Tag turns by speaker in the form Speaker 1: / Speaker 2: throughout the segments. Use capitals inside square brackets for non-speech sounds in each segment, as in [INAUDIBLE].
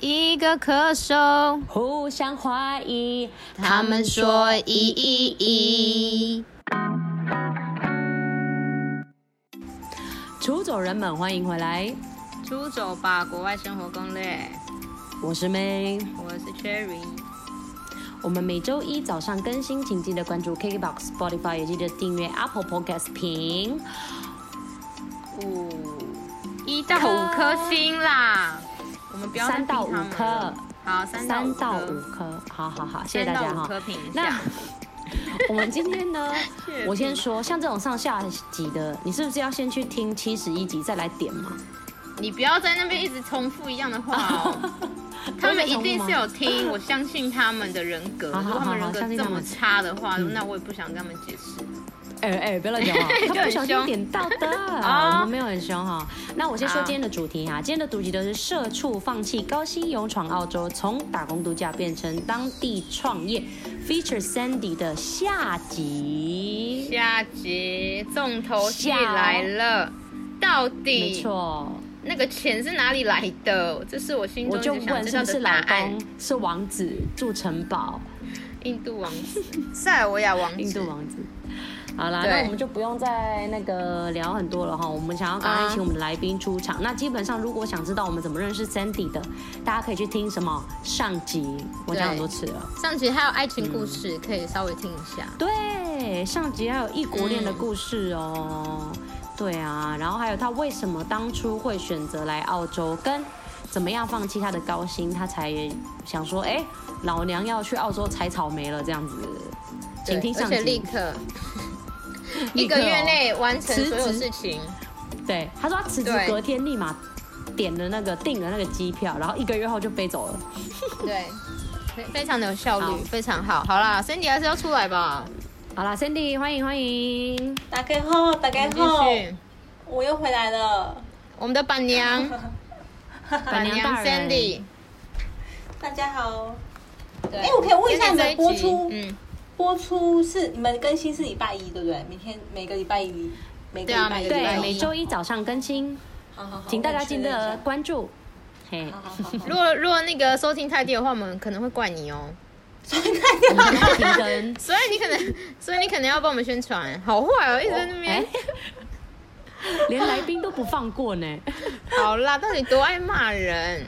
Speaker 1: 一个咳嗽，
Speaker 2: 互相怀疑。
Speaker 1: 他们说一一一。
Speaker 2: 出走人们，欢迎回来，
Speaker 1: 出走吧，国外生活攻略。
Speaker 2: 我是 May。
Speaker 1: 我是 Cherry，
Speaker 2: 我们每周一早上更新，请记得关注 KKBOX、Spotify，也记得订阅 Apple Podcast 评。
Speaker 1: 五一到五颗星啦。我们不要再
Speaker 2: 三到
Speaker 1: 逼他们
Speaker 2: 五颗
Speaker 1: 了好，三到
Speaker 2: 三
Speaker 1: 五
Speaker 2: 到
Speaker 1: 颗
Speaker 2: 五颗，好好好，谢谢大家
Speaker 1: 三到五
Speaker 2: 哈
Speaker 1: 颗。评一
Speaker 2: 那
Speaker 1: [LAUGHS] 下。
Speaker 2: 我们今天呢
Speaker 1: 谢谢，
Speaker 2: 我先说，像这种上下集的，你是不是要先去听七十一集再来点嘛？
Speaker 1: 你不要在那边一直重复一样的话 [LAUGHS] 哦。他们一定是有听，我相信他们的人格。
Speaker 2: 好
Speaker 1: 如
Speaker 2: 好
Speaker 1: 果他们嗯人
Speaker 2: 好好
Speaker 1: 格
Speaker 2: 相信
Speaker 1: 这
Speaker 2: 他
Speaker 1: 么
Speaker 2: 们
Speaker 1: 差的话，那我也不想跟他们解释。，
Speaker 2: 哎哎，不要乱讲话他
Speaker 1: [LAUGHS] 就
Speaker 2: 们
Speaker 1: 很
Speaker 2: 不小
Speaker 1: 凶
Speaker 2: 心点到
Speaker 1: [LAUGHS]
Speaker 2: 的，
Speaker 1: 哦
Speaker 2: 我们没有很凶哈。那我先说
Speaker 1: 好
Speaker 2: 今天的主题哈，今天的主题就是社畜放弃高薪游闯澳洲，从打工度假变成当地创业，feature Sandy 的下集。
Speaker 1: 下集重头戏来了，到
Speaker 2: 没
Speaker 1: 底
Speaker 2: 错，
Speaker 1: 那个钱是哪里来的？这是我心
Speaker 2: 我
Speaker 1: 中
Speaker 2: 就
Speaker 1: 一直想
Speaker 2: 问
Speaker 1: 知
Speaker 2: 是
Speaker 1: 道
Speaker 2: 不是
Speaker 1: 的
Speaker 2: 老
Speaker 1: 答案
Speaker 2: 公。是王子住城堡，
Speaker 1: 印度王
Speaker 2: [LAUGHS]
Speaker 1: 子，塞尔维亚王子，
Speaker 2: 印度王子。好啦，
Speaker 1: 对
Speaker 2: 那我们就不用再那个聊很多了哈。我们想要赶快
Speaker 1: 啊
Speaker 2: 请我们的来宾出场。那基本上，如果想知道我们怎么认识 Sandy 的，大家可以去听什么上集，我讲很多次了。
Speaker 1: 上集还有爱情故事，可以稍微听一下。
Speaker 2: 对，上集还有异国恋的故事哦。对啊，然后还有他为什么当初会选择来澳洲，跟怎么样放弃他的高薪，他才想说，哎，老娘要去澳洲采草莓了这样子。
Speaker 1: 对
Speaker 2: 请听上
Speaker 1: 而且立
Speaker 2: 集。 [LAUGHS]
Speaker 1: 刻一
Speaker 2: 立刻
Speaker 1: 个
Speaker 2: 哦
Speaker 1: 月内完成
Speaker 2: 辞
Speaker 1: 所有
Speaker 2: 职
Speaker 1: 事情，
Speaker 2: 对，他说他辞职
Speaker 1: 对
Speaker 2: 隔天立马点了那个订了那个机票，然后一个月后就飞走了。
Speaker 1: 对，非非常的有效
Speaker 2: 哦好
Speaker 1: 率，非常好。好啦，Cindy 还是要出来吧，
Speaker 2: 好啦 c i n d y 欢迎欢迎，
Speaker 3: 打开后，打
Speaker 1: 我
Speaker 3: 开
Speaker 1: 们
Speaker 3: 后，
Speaker 1: 继续。
Speaker 3: 我又回来了。
Speaker 1: 我们的板娘，板
Speaker 2: [LAUGHS] 板娘
Speaker 1: 娘
Speaker 2: 大人
Speaker 1: Cindy，
Speaker 3: 大家好，
Speaker 1: 对，
Speaker 3: 哎我可以问一下
Speaker 1: 今天这一集
Speaker 3: 你们播出
Speaker 1: 嗯，
Speaker 3: 播出是你们更新是礼拜一，对不对？每天每个礼拜一，每个
Speaker 1: 对啊
Speaker 3: 礼拜一，
Speaker 1: 个礼拜
Speaker 2: 对，
Speaker 1: 一
Speaker 2: 每周一早上更新，
Speaker 3: 好好好，
Speaker 2: 请大家记
Speaker 3: 我
Speaker 2: 得
Speaker 3: 确
Speaker 2: 关注。嘿
Speaker 3: 认一下。，好好好好，
Speaker 1: 如果如果那个收听太低的话，我们可能会怪你哦。
Speaker 2: 我
Speaker 1: [LAUGHS]
Speaker 2: 们要停更。
Speaker 1: 所以你可
Speaker 3: [LAUGHS]
Speaker 1: 能，所以你可能要帮我们宣传，好坏哦，一直在那边
Speaker 2: 哎。连来宾都不放过呢。
Speaker 1: 好啦，到底多爱骂人？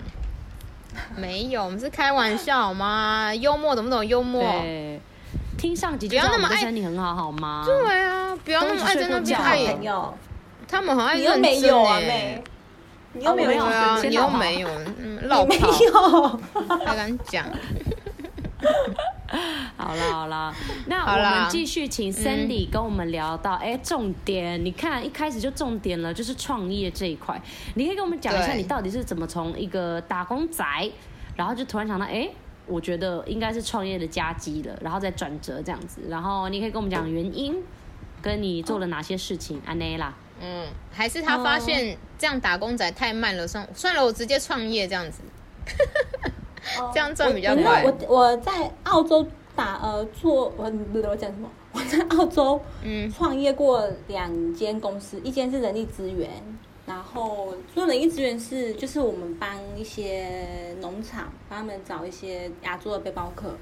Speaker 1: 没有，我们是开玩笑好吗？幽默懂不懂幽默？
Speaker 2: 对，听上集就
Speaker 1: 啊不要那么
Speaker 2: 知道我们
Speaker 1: 爱
Speaker 2: 身体很好，好吗？
Speaker 1: 对啊，不要那么爱在那边
Speaker 2: 都一起睡过觉
Speaker 1: 爱
Speaker 2: 了
Speaker 3: 朋，友，
Speaker 1: 他们很爱
Speaker 3: 你
Speaker 1: 认
Speaker 3: 又
Speaker 1: 真
Speaker 3: 没有啊，
Speaker 1: 欸
Speaker 3: 妹，你又没
Speaker 2: 啊我
Speaker 1: 对
Speaker 3: 有
Speaker 1: 啊，
Speaker 2: 先
Speaker 1: 你
Speaker 2: 绕
Speaker 1: 又
Speaker 2: 跑
Speaker 1: 没有，嗯，绕
Speaker 3: 没
Speaker 1: 跑
Speaker 3: 有，
Speaker 1: 还敢讲？
Speaker 2: 好啦好
Speaker 1: [LAUGHS]
Speaker 2: 啦，那
Speaker 1: 好
Speaker 2: 我
Speaker 1: 啦嗯
Speaker 2: 们继续请 Sandy 跟我们聊到，哎、重点，你看一开始就重点了，就是创业这一块，你可以跟我们讲一下，
Speaker 1: 对
Speaker 2: 你到底是怎么从一个打工仔，然后就突然想到，哎、我觉得应该是创业的夹击了，然后再转折这样子，然后你可以跟我们讲原因，跟你做了哪些事情，安内啦，
Speaker 1: 嗯，还是他发
Speaker 3: 哦
Speaker 1: 现这样打工仔太慢了，算算了，我直接创业这样子，这样赚比较
Speaker 3: 我那
Speaker 1: 快。
Speaker 3: 我我在澳洲打呃做我不是我讲什么？ [LAUGHS] 我在澳洲
Speaker 1: 嗯
Speaker 3: 创业过两间公司，一间是人力资源，然后做人力资源是就是我们帮一些农场帮他们找一些亚洲的背包客，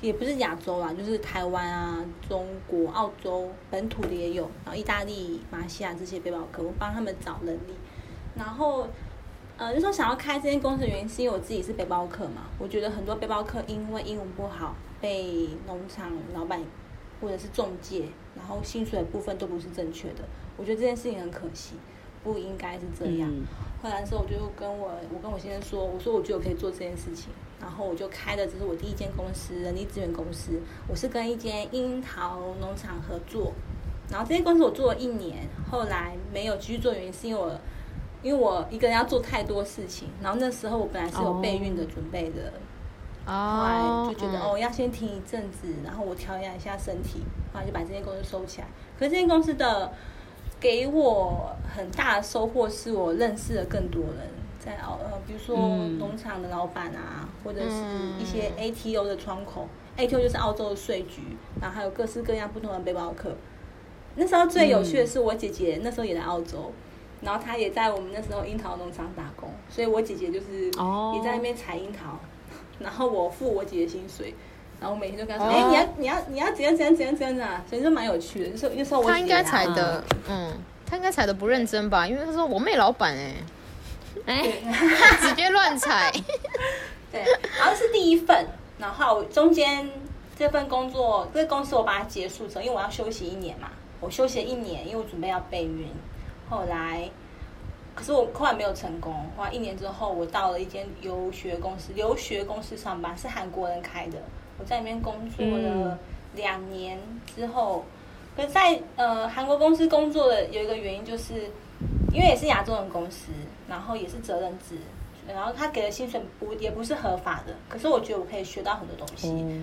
Speaker 3: 也不是亚洲啦，就是台湾啊、中国、澳洲本土的也有，然后意大利、马来西亚这些背包客，我帮他们找人力，然后。呃，就说想要开这间公司的原因，是因为我自己是背包客嘛。我觉得很多背包客因为英文不好，被农场老板或者是中介，然后薪水的部分都不是正确的。我觉得这件事情很可惜，不应该是这样。
Speaker 2: 嗯
Speaker 3: 后来的时候，我就跟我我跟我先生说，我说我觉得我可以做这件事情，然后我就开的这是我第一间公司，人力资源公司，我是跟一间樱桃农场合作，然后这间公司我做了一年，后来没有继续做，原因是因为我因为我一个人要做太多事情，然后那时候我本来是有备孕的准备的，哦后来就
Speaker 1: 嗯
Speaker 3: 觉得、哦，要先停一阵子，然后我调养一下身体，后来就把这间公司收起来。可是这间公司的给我很大的收获是我认识了更多人，在澳呃，比如说
Speaker 2: 嗯
Speaker 3: 农场的老板啊，或者是
Speaker 1: 嗯
Speaker 3: 一些 ATO 的窗口、a t o 就是澳洲的税局，然后还有各式各样不同的背包客。那时候最有趣的是我姐姐那时候也来澳洲，然后他也在我们那时候樱桃农场打工，所以我姐姐就是
Speaker 2: 哦
Speaker 3: 也在那边采樱桃， [LAUGHS] 然后我付我姐的薪水，然后我每天就跟她说，
Speaker 1: 哦
Speaker 3: 哎、你要你要你要怎样怎样怎样怎样啊，所以就蛮有趣的，就是那时候我姐
Speaker 1: 他应该
Speaker 3: 她
Speaker 1: 踩的，嗯，他应该踩的不认真吧？因为他说我妹老板哎、
Speaker 2: 哎、
Speaker 1: 直接乱踩。
Speaker 3: 对，然后是第一份，然后中间这份工作，这个公司我把它结束之后，因为我要休息一年嘛，我休息了一年，因为我准备要备孕。后来，可是我后来没有成功。后来一年之后，我到了一间留学公司，留学公司上班是韩国人开的，我在里面工作了
Speaker 2: 嗯
Speaker 3: 两年之后，可是在呃韩国公司工作的有一个原因就是，因为也是亚洲人公司，然后也是责任制，然后他给的薪水不也不是合法的，可是我觉得我可以学到很多东西。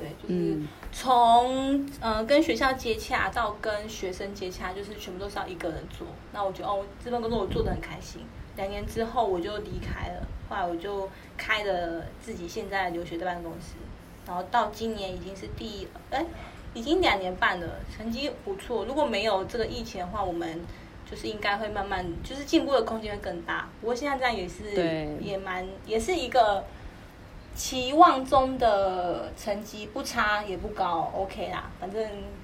Speaker 3: 对，就是
Speaker 2: 嗯
Speaker 3: 从呃跟学校接洽到跟学生接洽，就是全部都是要一个人做。那我觉得哦，这份工作我做的很开心。两年之后我就离开了，后来我就开了自己现在留学的办公室，然后到今年已经是第哎，已经两年半了，成绩不错。如果没有这个疫情的话，我们就是应该会慢慢就是进步的空间会更大。不过现在这样也是
Speaker 2: 对
Speaker 3: 也蛮也是一个期望中的成绩不差也不高，OK 啦，反正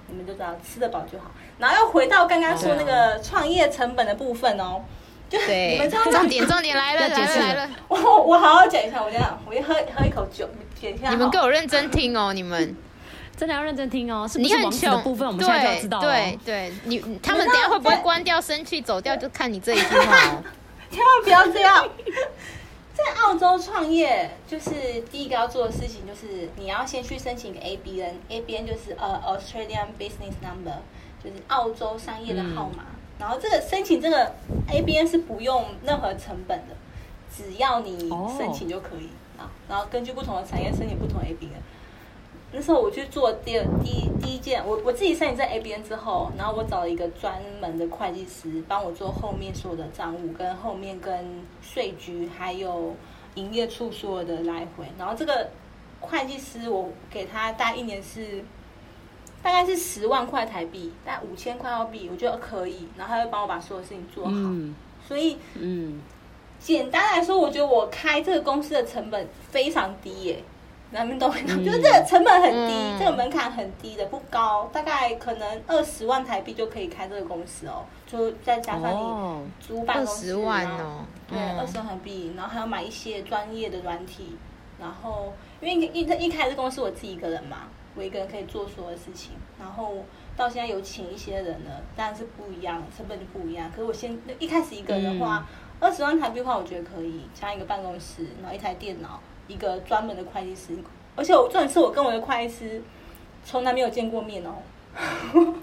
Speaker 3: 你们就知道吃得饱就好。然后又回到刚刚说那个创业成本的部分哦，就
Speaker 1: [LAUGHS]
Speaker 3: 你
Speaker 1: 对
Speaker 3: 们知道，
Speaker 1: 重
Speaker 3: 吗？
Speaker 1: 点重点来了
Speaker 2: 要解
Speaker 1: 来了
Speaker 2: 释
Speaker 1: 来了，
Speaker 3: 我 [LAUGHS] 我好好讲一下，我这样，我先喝喝一口酒，点一下。
Speaker 1: 你们给我认真听哦，你们。
Speaker 2: 真的要认真听哦，是不
Speaker 1: 你
Speaker 2: 是
Speaker 1: 很
Speaker 2: 王子的
Speaker 1: 穷
Speaker 2: 部分，我们现在就要
Speaker 1: 对
Speaker 2: 知道、哦。
Speaker 1: 对对，你他们等一下会不会关掉、生气、走掉，就看你这一句话
Speaker 2: [LAUGHS]
Speaker 1: 哦。
Speaker 3: 千万不要这样。 [LAUGHS] 在澳洲创业，就是第一个要做的事情，就是你要先去申请一个 ABN，ABN 就是呃 Australian Business Number，就是澳洲商业的号码。然后这个申请这个 ABN 是不用任何成本的，只要你
Speaker 2: 哦
Speaker 3: 申请就可以。啊，然后根据不同的产业申请不同的 ABN。那时候我去做第二第一第一件，我我自己申请这 A B N 之后，然后我找了一个专门的会计师帮我做后面所有的账务，跟后面跟税局还有营业处所有的来回。然后这个会计师我给他大概一年是大概是十万块台币，大概五千块澳币，我觉得可以。然后他会帮我把所有事情做好，
Speaker 2: 嗯
Speaker 3: 所以
Speaker 2: 嗯，
Speaker 3: 简单来说，我觉得我开这个公司的成本非常低耶、你们懂吗？
Speaker 2: 嗯
Speaker 3: 就是这个成本很低，
Speaker 1: 嗯
Speaker 3: 这个门槛很低的，不高，大概可能二十万台币就可以开这个公司哦，就再加上你
Speaker 2: 哦，
Speaker 3: 租办
Speaker 1: 二
Speaker 3: 公室，啊
Speaker 1: 十万
Speaker 3: 然后
Speaker 1: 哦，
Speaker 3: 对，二十万台币，然后还要买一些专业的软体，然后因为一一一开始公司我自己一个人嘛，我一个人可以做所有的事情，然后到现在有请一些人了，当然是不一样，成本就不一样。可是我先一开始一个人的话，二十、万台币的话，我觉得可以加一个办公室，然后一台电脑，一个专门的会计师，而且我重点是我跟我的会计师从来没有见过面哦。 [LAUGHS]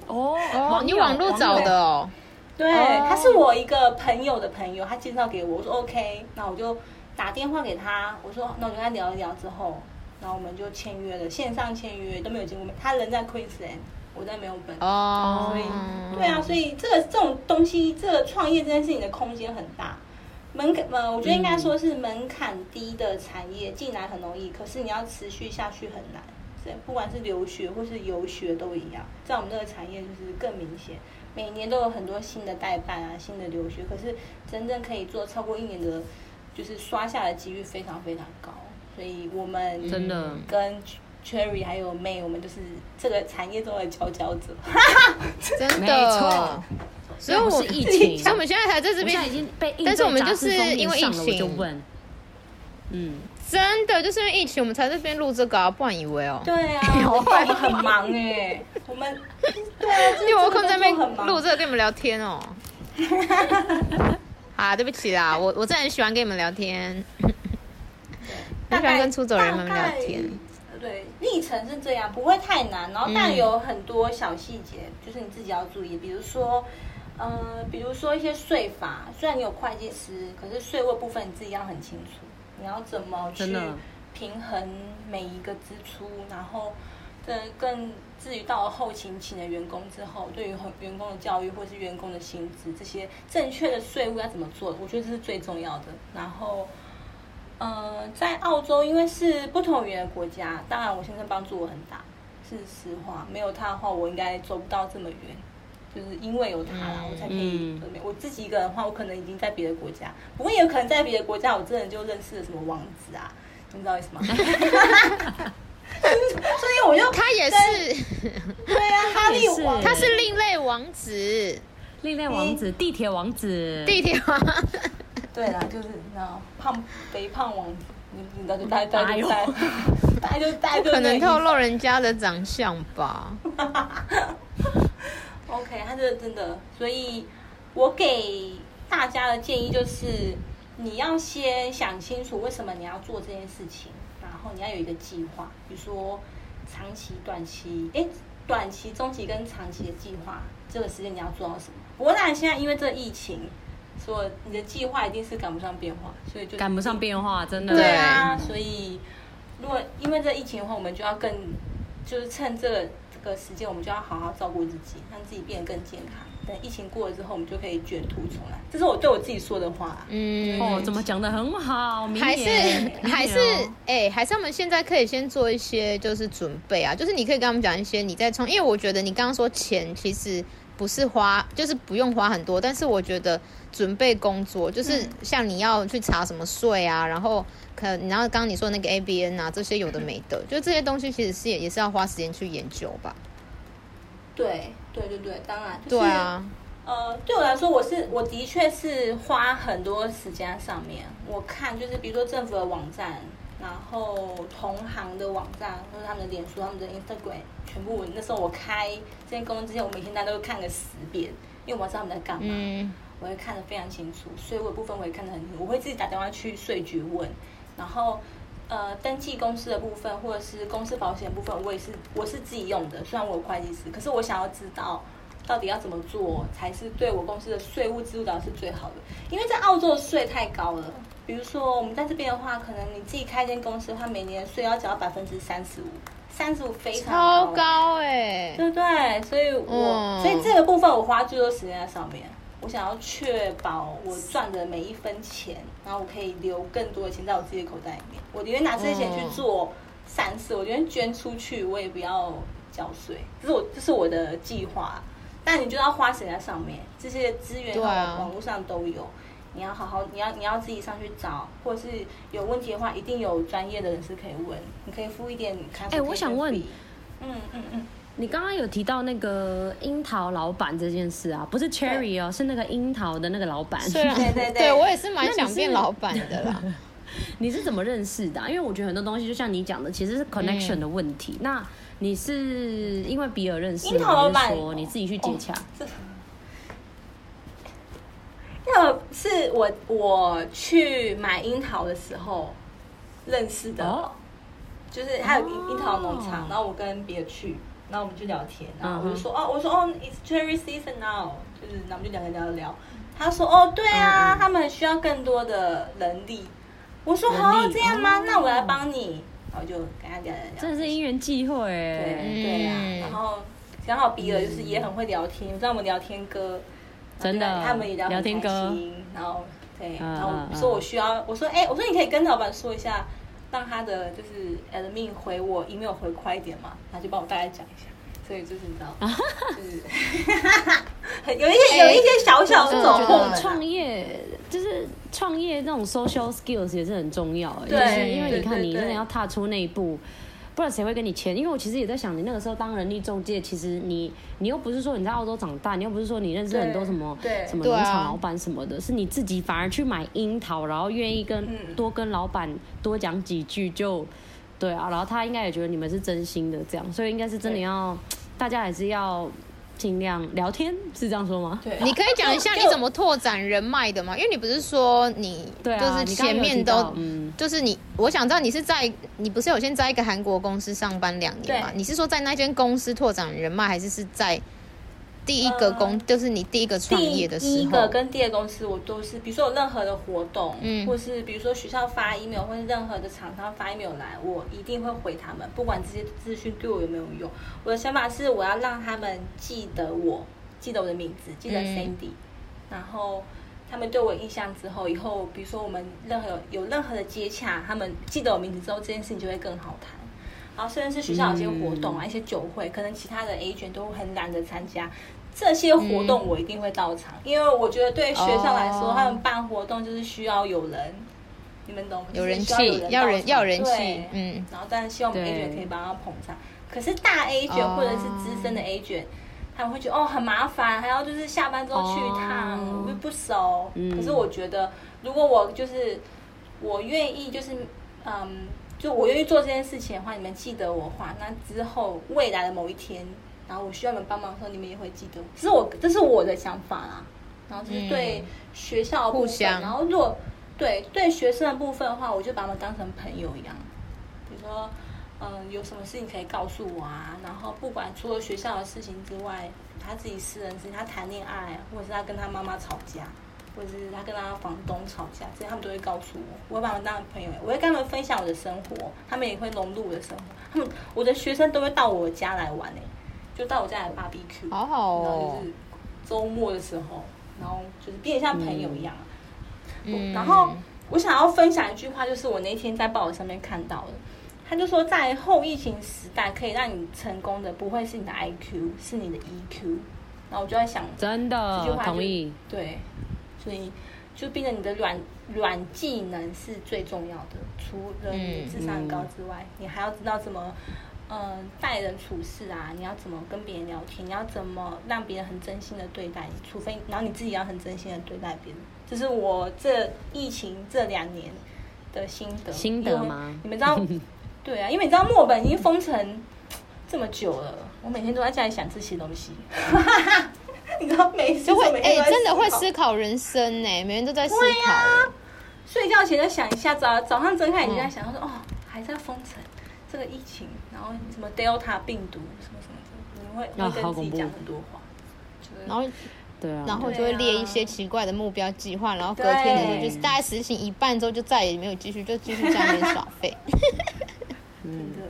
Speaker 2: 哦
Speaker 1: 哦，
Speaker 2: 网
Speaker 1: 你
Speaker 2: 友
Speaker 1: 网络找的哦，
Speaker 3: 对，
Speaker 1: 哦
Speaker 3: 他是我一个朋友的朋友，他介绍给我，我说 OK，那我就打电话给他，我说那我就跟他聊一聊之后，然后我们就签约了，线上签约都没有见过面，他人在 Queensland，我在 Melbourne，、
Speaker 1: 哦
Speaker 2: 嗯
Speaker 3: 所以，对啊，所以这个这种东西，这个创业这件事情的空间很大。门槛，呃，我觉得应该说是门槛低的产业进来很容易，可是你要持续下去很难。对，不管是留学或是游学都一样，在我们这个产业就是更明显，每年都有很多新的代办啊，新的留学，可是真正可以做超过一年的，就是刷下来的几率非常非常高。所以我们
Speaker 2: 真的
Speaker 3: 跟 Cherry 还有 May，我们就是这个产业中的佼佼者。
Speaker 1: 真
Speaker 2: 没
Speaker 1: 的
Speaker 2: 错。
Speaker 1: 所以我
Speaker 2: 是疫
Speaker 1: [LAUGHS]
Speaker 2: 情，
Speaker 1: 所以我们现在才在这
Speaker 2: 我现在已
Speaker 1: 边，
Speaker 2: 经被印
Speaker 1: 但是我们
Speaker 2: 在杂志
Speaker 1: 就是
Speaker 2: 封面
Speaker 1: 因为疫
Speaker 2: 上了我就
Speaker 1: 情
Speaker 2: 问，嗯，
Speaker 1: 真的就是因为疫情，我们才在这边录这个啊，不然以为哦，
Speaker 3: 对啊，
Speaker 1: [LAUGHS]
Speaker 3: 我们很忙哎、我们对啊，就是
Speaker 1: 因为我有空在
Speaker 3: 真
Speaker 1: 那边
Speaker 3: 的工作很忙
Speaker 1: 录这个跟你们聊天哦。
Speaker 3: [LAUGHS]
Speaker 1: 啊，对不起啦，我我真的很喜欢跟你们聊天，很喜欢跟出走人们聊天。。
Speaker 3: 大概对，历程是这样，不会太难，然后
Speaker 1: 嗯
Speaker 3: 但有很多小细节，就是你自己要注意，比如说，呃，比如说一些税法，虽然你有会计师，可是税务部分你自己要很清楚，你要怎么去
Speaker 2: 真的
Speaker 3: 平衡每一个支出，然后更更至于到了后勤请了员工之后，对于员工的教育或是员工的薪资这些正确的税务要怎么做，我觉得这是最重要的。然后，呃，在澳洲因为是不同语言的国家，当然我先生帮助我很大，是实话，没有他的话我应该走不到这么远。就是因为有他啦，
Speaker 1: 嗯
Speaker 3: 我才可以。我自己一个人的话，我可能已经在别的国家，不过也有可能在别的国家，我真的就认识了什么王子啊，你知道意思吗？所 [LAUGHS] 以我就
Speaker 1: 他也是，
Speaker 3: 对啊，哈利
Speaker 2: 也是
Speaker 3: 王
Speaker 1: 他是另类王子，
Speaker 2: 另类王子、地铁王子、
Speaker 1: 嗯地铁王，
Speaker 3: 对啦，就是你知道胖肥胖王子，你你知道就大概大
Speaker 2: 哎
Speaker 3: 概
Speaker 2: 呦
Speaker 3: 大概就大概
Speaker 1: 嗯不
Speaker 3: 就
Speaker 1: 可
Speaker 3: 那
Speaker 1: 能
Speaker 3: 个
Speaker 1: 透露人家的长相吧？
Speaker 3: OK，他这个真的，所以我给大家的建议就是，你要先想清楚为什么你要做这件事情，然后你要有一个计划，比如说长期、短期，诶，短期、中期跟长期的计划，这个时间你要做到什么？不过当然现在因为这个疫情，所以你的计划一定是赶不上变化，所以就
Speaker 2: 赶不上变化，真的。
Speaker 1: 对
Speaker 3: 对啊，所以如果因为这疫情的话，我们就要更就是趁这个这个时间，我们就要好好照顾自己，让自己变得更健康。等疫情过了之后，我们就可以卷土重来。这是我对我自己说的话啦。
Speaker 1: 嗯，
Speaker 2: 哦，怎么讲的很好？明
Speaker 1: 还是 [LAUGHS]
Speaker 2: 年明年
Speaker 1: 还是
Speaker 2: 哦
Speaker 1: 哎、还是我们现在可以先做一些就是准备啊，就是你可以跟他们讲一些你在冲，因为我觉得你刚刚说钱其实不是花，就是不用花很多，但是我觉得准备工作
Speaker 2: 嗯
Speaker 1: 就是像你要去查什么税啊，然后可然后刚刚你说那个 ABN 啊这些有的没的，就这些东西其实是也也是要花时间去研究吧。
Speaker 3: 对对对对，当然、就是、
Speaker 1: 对。啊，
Speaker 3: 呃，对我来说，我是我的确是花很多时间在上面。我看就是比如说政府的网站，然后同行的网站，或者他们的脸书、他们的 Instagram，全部我那时候我开这间公司之前，我每天大家都会看个十遍，因为我知道他们在干嘛。
Speaker 1: 嗯，
Speaker 3: 我会看得非常清楚，税务的部分我也看得很清楚，我会自己打电话去税局问，然后呃登记公司的部分或者是公司保险的部分，我也是我是自己用的，虽然我有会计师，可是我想要知道到底要怎么做才是对我公司的税务制度导是最好的，因为在澳洲的税太高了。比如说我们在这边的话，可能你自己开一间公司的话，每年税要缴百分之三十五，三十五非常
Speaker 1: 超高
Speaker 2: [LAUGHS]
Speaker 1: 哎、
Speaker 3: 对不对？所以我、
Speaker 1: 嗯
Speaker 3: 所以这个部分我花最多时间在上面。我想要确保我赚的每一分钱，然后我可以留更多的钱在我自己的口袋里面。我宁愿拿这些钱去做善事，我宁愿捐出去，我也不要缴税。这是我这是我的计划。但你就要花时间在上面，这些资源
Speaker 1: 对啊
Speaker 3: 网网络上都有。你要好好，你要你要自己上去找，或者是有问题的话，一定有专业的人士可以问。你可以付一点咖啡。
Speaker 2: 哎我想问
Speaker 3: 嗯嗯嗯，
Speaker 2: 你刚刚有提到那个樱桃老板这件事啊，不是 Cherry 哦，是那个樱桃的那个老板。
Speaker 1: 虽然
Speaker 3: 对对对
Speaker 1: 我也是蛮
Speaker 2: 那你
Speaker 1: 想
Speaker 2: 是
Speaker 1: 变老板的啦。
Speaker 2: 你是怎么认识的啊、因为我觉得很多东西就像你讲的，其
Speaker 3: 嗯
Speaker 2: 实是 connection 的问题。那你是因为比尔认识
Speaker 3: 樱
Speaker 2: 吗，
Speaker 3: 桃老
Speaker 2: 还
Speaker 3: 板哦
Speaker 2: 是说你自己去接洽？
Speaker 3: 这 [LAUGHS] 要是我我去买樱桃的时候认识的，
Speaker 2: 哦
Speaker 3: 就是还有樱
Speaker 2: 哦
Speaker 3: 樱桃农场，然后我跟别人去，然后我们就聊天，然后我就
Speaker 2: 嗯哼
Speaker 3: 说、哦，我说哦，it's cherry season now，就是然后我们就两个聊一聊。他说哦，对啊，他们需要更多的人力。我说
Speaker 2: 嗯人
Speaker 3: 好、啊
Speaker 2: 力
Speaker 3: 这样吗？
Speaker 2: 哦
Speaker 3: 那我来帮你。然后就跟他聊聊聊，
Speaker 2: 真的是因缘际会哎，
Speaker 3: 对对啊
Speaker 1: 嗯，
Speaker 3: 然后刚好比尔就是也很会聊天，你知道我们聊天哥，
Speaker 2: 真的
Speaker 3: 然后他们也聊得很开
Speaker 2: 聊天
Speaker 3: 心，然后对，
Speaker 2: 嗯
Speaker 3: 然后
Speaker 2: 嗯
Speaker 3: 我说我需要，我说哎、我说你可以跟老板说一下，让他的就是 admin 回我 email 回快一点嘛，他就帮我大概讲一下，所以就是你知道，
Speaker 2: [LAUGHS]
Speaker 3: 就是 [LAUGHS] 有一些有一些小小
Speaker 1: 这嗯
Speaker 3: 的走
Speaker 2: 我
Speaker 1: 种
Speaker 2: 觉
Speaker 3: 后门
Speaker 2: 得
Speaker 3: 啊
Speaker 2: 哦创业就是创业那种 social skills 也是很重要哎，就
Speaker 3: 对
Speaker 2: 是因为你
Speaker 3: 对
Speaker 2: 看
Speaker 3: 对
Speaker 2: 你真的
Speaker 3: 对
Speaker 2: 要踏出那一步。不然谁会跟你签？因为我其实也在想，你那个时候当人力中介，其实你你又不是说你在澳洲长大，你又不是说你认识很多
Speaker 3: 对
Speaker 2: 什么
Speaker 3: 嗯对
Speaker 2: 什么
Speaker 1: 对
Speaker 2: 农
Speaker 1: 啊
Speaker 2: 场老板什么的，是你自己反而去买樱桃，然后愿意跟、
Speaker 3: 嗯
Speaker 2: 多跟老板多讲几句就，对啊，然后他应该也觉得你们是真心的这样，所以应该是真的
Speaker 3: 对
Speaker 2: 要大家还是要尽量聊天，是这样说吗？
Speaker 3: 对，啊
Speaker 1: 你可以讲一下你怎么拓展人脉的吗？因为你不是说你
Speaker 2: 对
Speaker 1: 就
Speaker 2: 啊，
Speaker 1: 是
Speaker 2: 你刚
Speaker 1: 前
Speaker 2: 刚有提
Speaker 1: 面
Speaker 2: 到
Speaker 1: 都
Speaker 2: 嗯，
Speaker 1: 就是你，我想知道你是在你不是有先在一个韩国公司上班两年嘛？
Speaker 3: 对
Speaker 1: 你是说在那间公司拓展人脉，还是是在第一个公，就是你第一个创业的
Speaker 3: 第
Speaker 1: 时
Speaker 3: 一
Speaker 1: 候
Speaker 3: 个？跟第二个公司，我都是，比如说有任何的活动，
Speaker 1: 嗯
Speaker 3: 或是比如说学校发 email，或是任何的厂商发 email 来，我一定会回他们，不管这些资讯对我有没有用。我的想法是，我要让他们记得我，记得我的名字，记得
Speaker 1: 嗯
Speaker 3: Sandy，、然后。他们对我印象之后，以后比如说我们任何有任何的接洽，他们记得我名字之后，这件事情就会更好谈。
Speaker 1: 嗯
Speaker 3: 然后甚至是学校有些活动啊，一些酒会，可能其他的 agent 都很懒得参加，这些活动我一定会到场，因为我觉得对学校来说，
Speaker 1: 嗯哦
Speaker 3: 他们办活动就是需要有人，你们懂吗？
Speaker 1: 有人
Speaker 3: 就是需
Speaker 1: 气，要
Speaker 3: 要
Speaker 1: 人
Speaker 3: 人
Speaker 1: 要
Speaker 3: 到场
Speaker 1: 人气
Speaker 3: 对，
Speaker 1: 嗯，
Speaker 3: 然后但希望我们
Speaker 2: 对
Speaker 3: A 卷可以帮他捧场。可是大 A 卷
Speaker 1: 哦
Speaker 3: 或者是资深的 A 卷，他们会觉得哦很麻烦，还要就是下班之后去一趟，
Speaker 2: 哦
Speaker 3: 我又不熟。
Speaker 2: 嗯
Speaker 3: 可是我觉得，如果我就是我愿意，就是嗯，就我愿意做这件事情的话，你们记得我的话，那之后未来的某一天，然后我需要你们帮忙的时候，你们也会记得我。这是我这是我的想法啦。然后这是对
Speaker 1: 嗯
Speaker 3: 学校的部
Speaker 1: 互
Speaker 3: 分，
Speaker 1: 相
Speaker 3: 然后如果对对学生的部分的话，我就把他们当成朋友一样。比如说，嗯，有什么事情可以告诉我啊？然后不管除了学校的事情之外，他自己私人事情，他谈恋爱，啊或者是他跟他妈妈吵架，或者是他跟他房东吵架，这些他们都会告诉我。我会把他们当成朋友，我会跟他们分享我的生活，他们也会融入我的生活。他们我的学生都会到我家来玩诶、欸就到我家来 BBQ。
Speaker 1: 好好
Speaker 3: 然
Speaker 1: 哦
Speaker 3: 后就，是周末的时候，然后就是变得像朋友一样。啊
Speaker 1: 嗯，
Speaker 3: 然后我想要分享一句话，就是我那天在报纸上面看到的，他就说，在后疫情时代，可以让你成功的不会是你的 IQ，是你的 EQ。然后我就在想，
Speaker 2: 真
Speaker 3: 这句
Speaker 2: 的
Speaker 3: 话就
Speaker 2: 哦同意。
Speaker 3: 对，所以就变成你的软软技能是最重要的，除
Speaker 2: 嗯
Speaker 3: 了你的智商很高之外，你还要知道怎么。嗯，待人处事啊，你要怎么跟别人聊天？你要怎么让别人很真心的对待你？除非，然后你自己要很真心的对待别人。这是我这疫情这两年的心得。
Speaker 2: 心得吗
Speaker 3: 因为你们知道，对啊，因为你知道墨尔本已经封城这么久了，我每天都在家里想这些东西。 [LAUGHS] 你知道没事
Speaker 1: 就会
Speaker 3: 每
Speaker 1: 哎、
Speaker 3: 天都在
Speaker 1: 真的会
Speaker 3: 考
Speaker 1: 思考人生呢、每天都在思
Speaker 3: 对啊
Speaker 1: 考、
Speaker 3: 呀、睡觉前在想一下，早早上睁开眼睛在想，他说、哦，还在封城，这个疫情，然后什么 Delta 病毒什么什么的，你会
Speaker 2: 啊
Speaker 3: 会
Speaker 2: 好
Speaker 3: 跟
Speaker 2: 恐
Speaker 3: 自己
Speaker 2: 怖
Speaker 3: 讲很多话，就是
Speaker 1: 然后
Speaker 2: 对啊，
Speaker 1: 然后
Speaker 3: 对
Speaker 1: 就会列
Speaker 3: 啊
Speaker 1: 一些奇怪的目标计划，然后隔天的时候
Speaker 3: 对
Speaker 1: 就是大概实行一半之后就再也没有继续，就继续在那边耍废。
Speaker 3: 真的。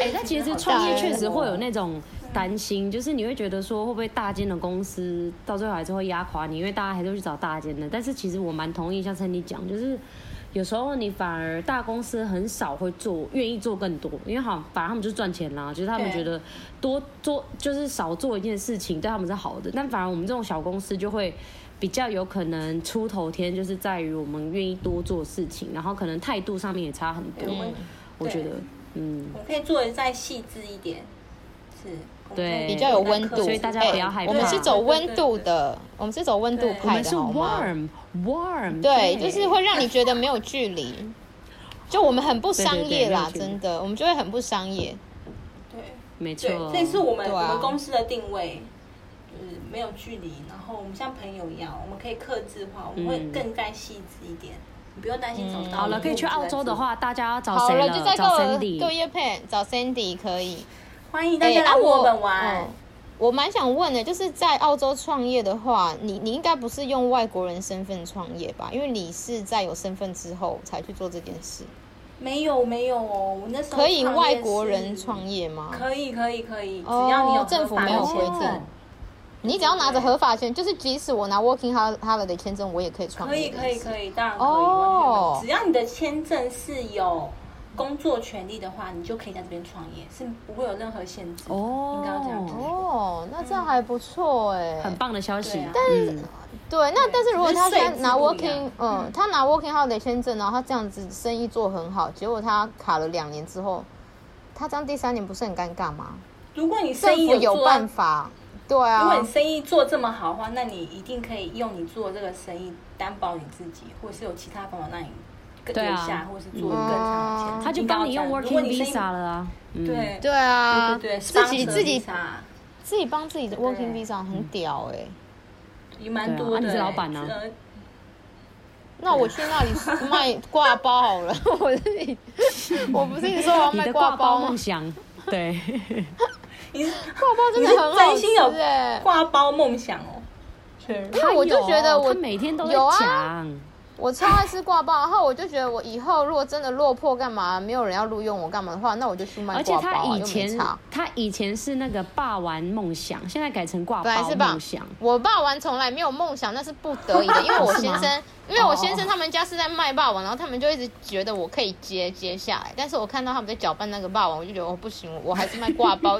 Speaker 2: 哎、那其实创业确实会有那种担心，就是你会觉得说会不会大间的公司到最后还是会压垮你，因为大家还是会去找大间的。但是其实我蛮同意像森你讲，就是有时候你反而大公司很少会做，愿意做更多，因为好反而他们就赚钱啦，就是他们
Speaker 3: 对
Speaker 2: 觉得多做就是少做一件事情对他们是好的，但反而我们这种小公司就会。比较有可能出头天，就是在于我们愿意多做事情，然后可能态度上面也差很多。
Speaker 3: 我们
Speaker 2: 我觉得
Speaker 3: 对，
Speaker 2: 嗯，
Speaker 3: 我们可以做的再细致一点，是我们可
Speaker 2: 对
Speaker 3: 以
Speaker 1: 比较有温度，
Speaker 2: 所以大家
Speaker 1: 哎
Speaker 2: 不要害怕
Speaker 1: 我们是走温度
Speaker 3: 对对
Speaker 1: 的，我们是走温度
Speaker 3: 对
Speaker 2: 我
Speaker 1: 派
Speaker 2: 们
Speaker 1: 的，
Speaker 2: 是
Speaker 1: 好吗？
Speaker 2: warm warm，
Speaker 1: 对，就是会让你觉得没有距离，就我们很不商业啦，
Speaker 2: 对对对没有距离
Speaker 1: 真的，我们就会很不商业。
Speaker 3: 对
Speaker 2: 没
Speaker 3: 对
Speaker 2: 错，，
Speaker 3: 这是我们、
Speaker 1: 对啊
Speaker 3: 我们公司的定位，就是没有距离，然后我们像朋友一样，我们可以克制化，我们会
Speaker 2: 嗯
Speaker 3: 更再细致一点，你不用担心找不
Speaker 1: 嗯
Speaker 3: 到路。
Speaker 2: 好了，可以去澳洲的话，大家要找
Speaker 1: 好
Speaker 2: 哦谁
Speaker 1: 了，就再给
Speaker 2: 找
Speaker 1: 我对
Speaker 2: Sandy。
Speaker 1: 叶片找 Sandy 可以。
Speaker 3: 欢迎大
Speaker 1: 哎，
Speaker 3: 家来
Speaker 1: 啊
Speaker 3: 墨
Speaker 1: 我
Speaker 3: 尔本玩。
Speaker 1: 嗯我蛮想问的，就是在澳洲创业的话，你你应该不是用外国人身份创业吧？因为你是在有身份之后才去做这件事。
Speaker 3: 没有没有哦，我那时候
Speaker 1: 可以
Speaker 3: 创业
Speaker 1: 外国人
Speaker 3: 是
Speaker 1: 创业吗？
Speaker 3: 可以可以可以，只
Speaker 1: 哦
Speaker 3: 要你有
Speaker 1: 政府没有规定
Speaker 3: 证，
Speaker 1: 你只要拿着合法签，就是即使我拿 Working Holiday 签证，我也可以创
Speaker 3: 可以
Speaker 1: 业。
Speaker 3: 可以可
Speaker 1: 以。
Speaker 3: 以，当然可
Speaker 1: 哦
Speaker 3: 以，完全没有只要你的签证是有工作权利的话，你就可以在这边创业，是不会有任何限制的。应该要这样子。
Speaker 2: 哦，
Speaker 1: 哦，那这样还不错哎、
Speaker 2: 很棒的消息嗯
Speaker 3: 对啊。
Speaker 2: 但是
Speaker 1: 对，那但是如果他现在拿
Speaker 3: 只是税制不一
Speaker 1: Working，
Speaker 3: 样
Speaker 1: 嗯，他拿 Working Holiday 签证，然后他这样子生意做很好，结果他卡了两年之后，他这样第三年不是很尴尬吗？
Speaker 3: 如果你生
Speaker 1: 政
Speaker 3: 意
Speaker 1: 府
Speaker 3: 有
Speaker 1: 有
Speaker 3: 做
Speaker 1: 办
Speaker 3: 到，
Speaker 1: 法，对
Speaker 3: 如果
Speaker 1: 啊
Speaker 3: 你，生意做这么好的话，那你一定可以用你做这个生意担保你自己，或是有其他方法让你更
Speaker 2: 对
Speaker 3: 留
Speaker 2: 啊
Speaker 3: 下，或是做更长的
Speaker 1: 嗯
Speaker 3: 钱。
Speaker 2: 他就
Speaker 3: 应该要
Speaker 2: 帮你用
Speaker 3: 这样
Speaker 2: working
Speaker 3: 如果你生意
Speaker 2: visa 了嗯啊。嗯
Speaker 3: 对
Speaker 1: 对啊，
Speaker 3: 对对，
Speaker 1: 自己
Speaker 3: sponsor
Speaker 1: 自己
Speaker 3: visa
Speaker 2: 啊
Speaker 1: 自己帮自己的 Working
Speaker 3: 对
Speaker 1: Visa 很屌哎、
Speaker 3: 也蛮
Speaker 2: 对
Speaker 3: 多
Speaker 2: 啊
Speaker 3: 的、
Speaker 2: 啊你是老板啊
Speaker 3: 呃
Speaker 1: 那我去
Speaker 2: [LAUGHS]
Speaker 1: 那里卖挂包好了，我这里，我不是一直说我要
Speaker 2: 你
Speaker 1: 卖
Speaker 2: 的
Speaker 1: 挂包
Speaker 2: 挂包
Speaker 1: 吗
Speaker 2: 梦？想，对，
Speaker 1: [LAUGHS]
Speaker 2: [LAUGHS]
Speaker 3: 你是
Speaker 1: 挂包真的很好
Speaker 3: 真心有
Speaker 1: 吃
Speaker 2: 欸
Speaker 1: 哎、
Speaker 3: 挂包梦想哦。是
Speaker 1: 因为我就
Speaker 2: 他有啊
Speaker 1: 觉得我
Speaker 2: 他每天都在
Speaker 1: 有啊
Speaker 2: 讲，
Speaker 1: 我超爱吃挂包，然后我就觉得我以后如果真的落魄干嘛，没有人要录用我干嘛的话，那我就去卖
Speaker 2: 而且
Speaker 1: 挂包、
Speaker 2: 他
Speaker 1: 啊，
Speaker 2: 以
Speaker 1: 又没
Speaker 2: 前
Speaker 1: 差。
Speaker 2: 他以前是那个霸玩梦想，现在改成挂
Speaker 1: 本来
Speaker 2: 包
Speaker 1: 是吧
Speaker 2: 梦想。？
Speaker 1: 我霸王从来没有梦想，那是不得已的，因为我
Speaker 2: [LAUGHS] 是
Speaker 1: 先
Speaker 2: 吗
Speaker 1: 生，因为我
Speaker 2: 哦
Speaker 1: 先生他们家是在卖霸王，然后他们就一直觉得我可以接接下来，但是我看到他们在搅拌那个霸王，我就觉得我、哦不行，我还是卖挂包。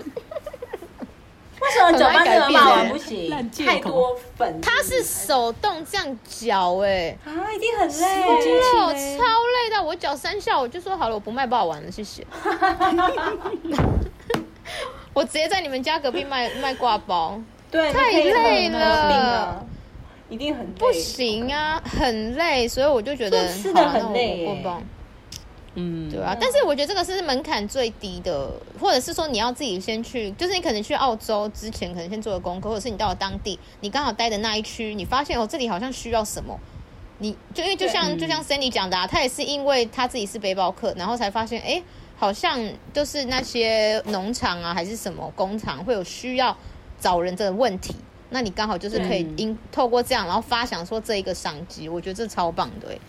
Speaker 3: 为什么
Speaker 1: 很
Speaker 3: 搅
Speaker 1: 难
Speaker 3: 拌这
Speaker 1: 改
Speaker 3: 个
Speaker 1: 变
Speaker 3: 麻
Speaker 1: 欸
Speaker 3: 烦不行
Speaker 2: 烂？借口
Speaker 3: 太多粉，
Speaker 1: 它是手动这样搅哎、
Speaker 3: 啊，一定很
Speaker 2: 我机
Speaker 3: 累。
Speaker 2: 器
Speaker 1: 哦，
Speaker 2: 嘞
Speaker 1: 超累的，我搅三下我就说好了，我不卖，不好玩了，谢谢。我直接在你们家隔壁
Speaker 3: [LAUGHS]
Speaker 1: 卖卖挂包，
Speaker 3: 对，
Speaker 1: 太
Speaker 3: 你可以很啊
Speaker 1: 累了，
Speaker 3: 一定很累
Speaker 1: 不。行啊，很累，所以我就觉得
Speaker 3: 做吃的
Speaker 1: 好那
Speaker 3: 很
Speaker 1: 我
Speaker 3: 累
Speaker 1: 我
Speaker 3: 耶
Speaker 1: 不帮。
Speaker 2: 嗯，
Speaker 1: 对啊，但是我觉得这个是门槛最低的，或者是说你要自己先去，就是你可能去澳洲之前，可能先做个功课，或者是你到了当地，你刚好待的那一区，你发现哦这里好像需要什么，你就因为就像就像 Sandy 讲的、啊，他也是因为他自己是背包客，然后才发现哎，诶好像就是那些农场啊还是什么工厂会有需要找人的问题，那你刚好就是可以
Speaker 2: 对
Speaker 1: 因透过这样，然后发想说这一个商机，我觉得这超棒的、欸，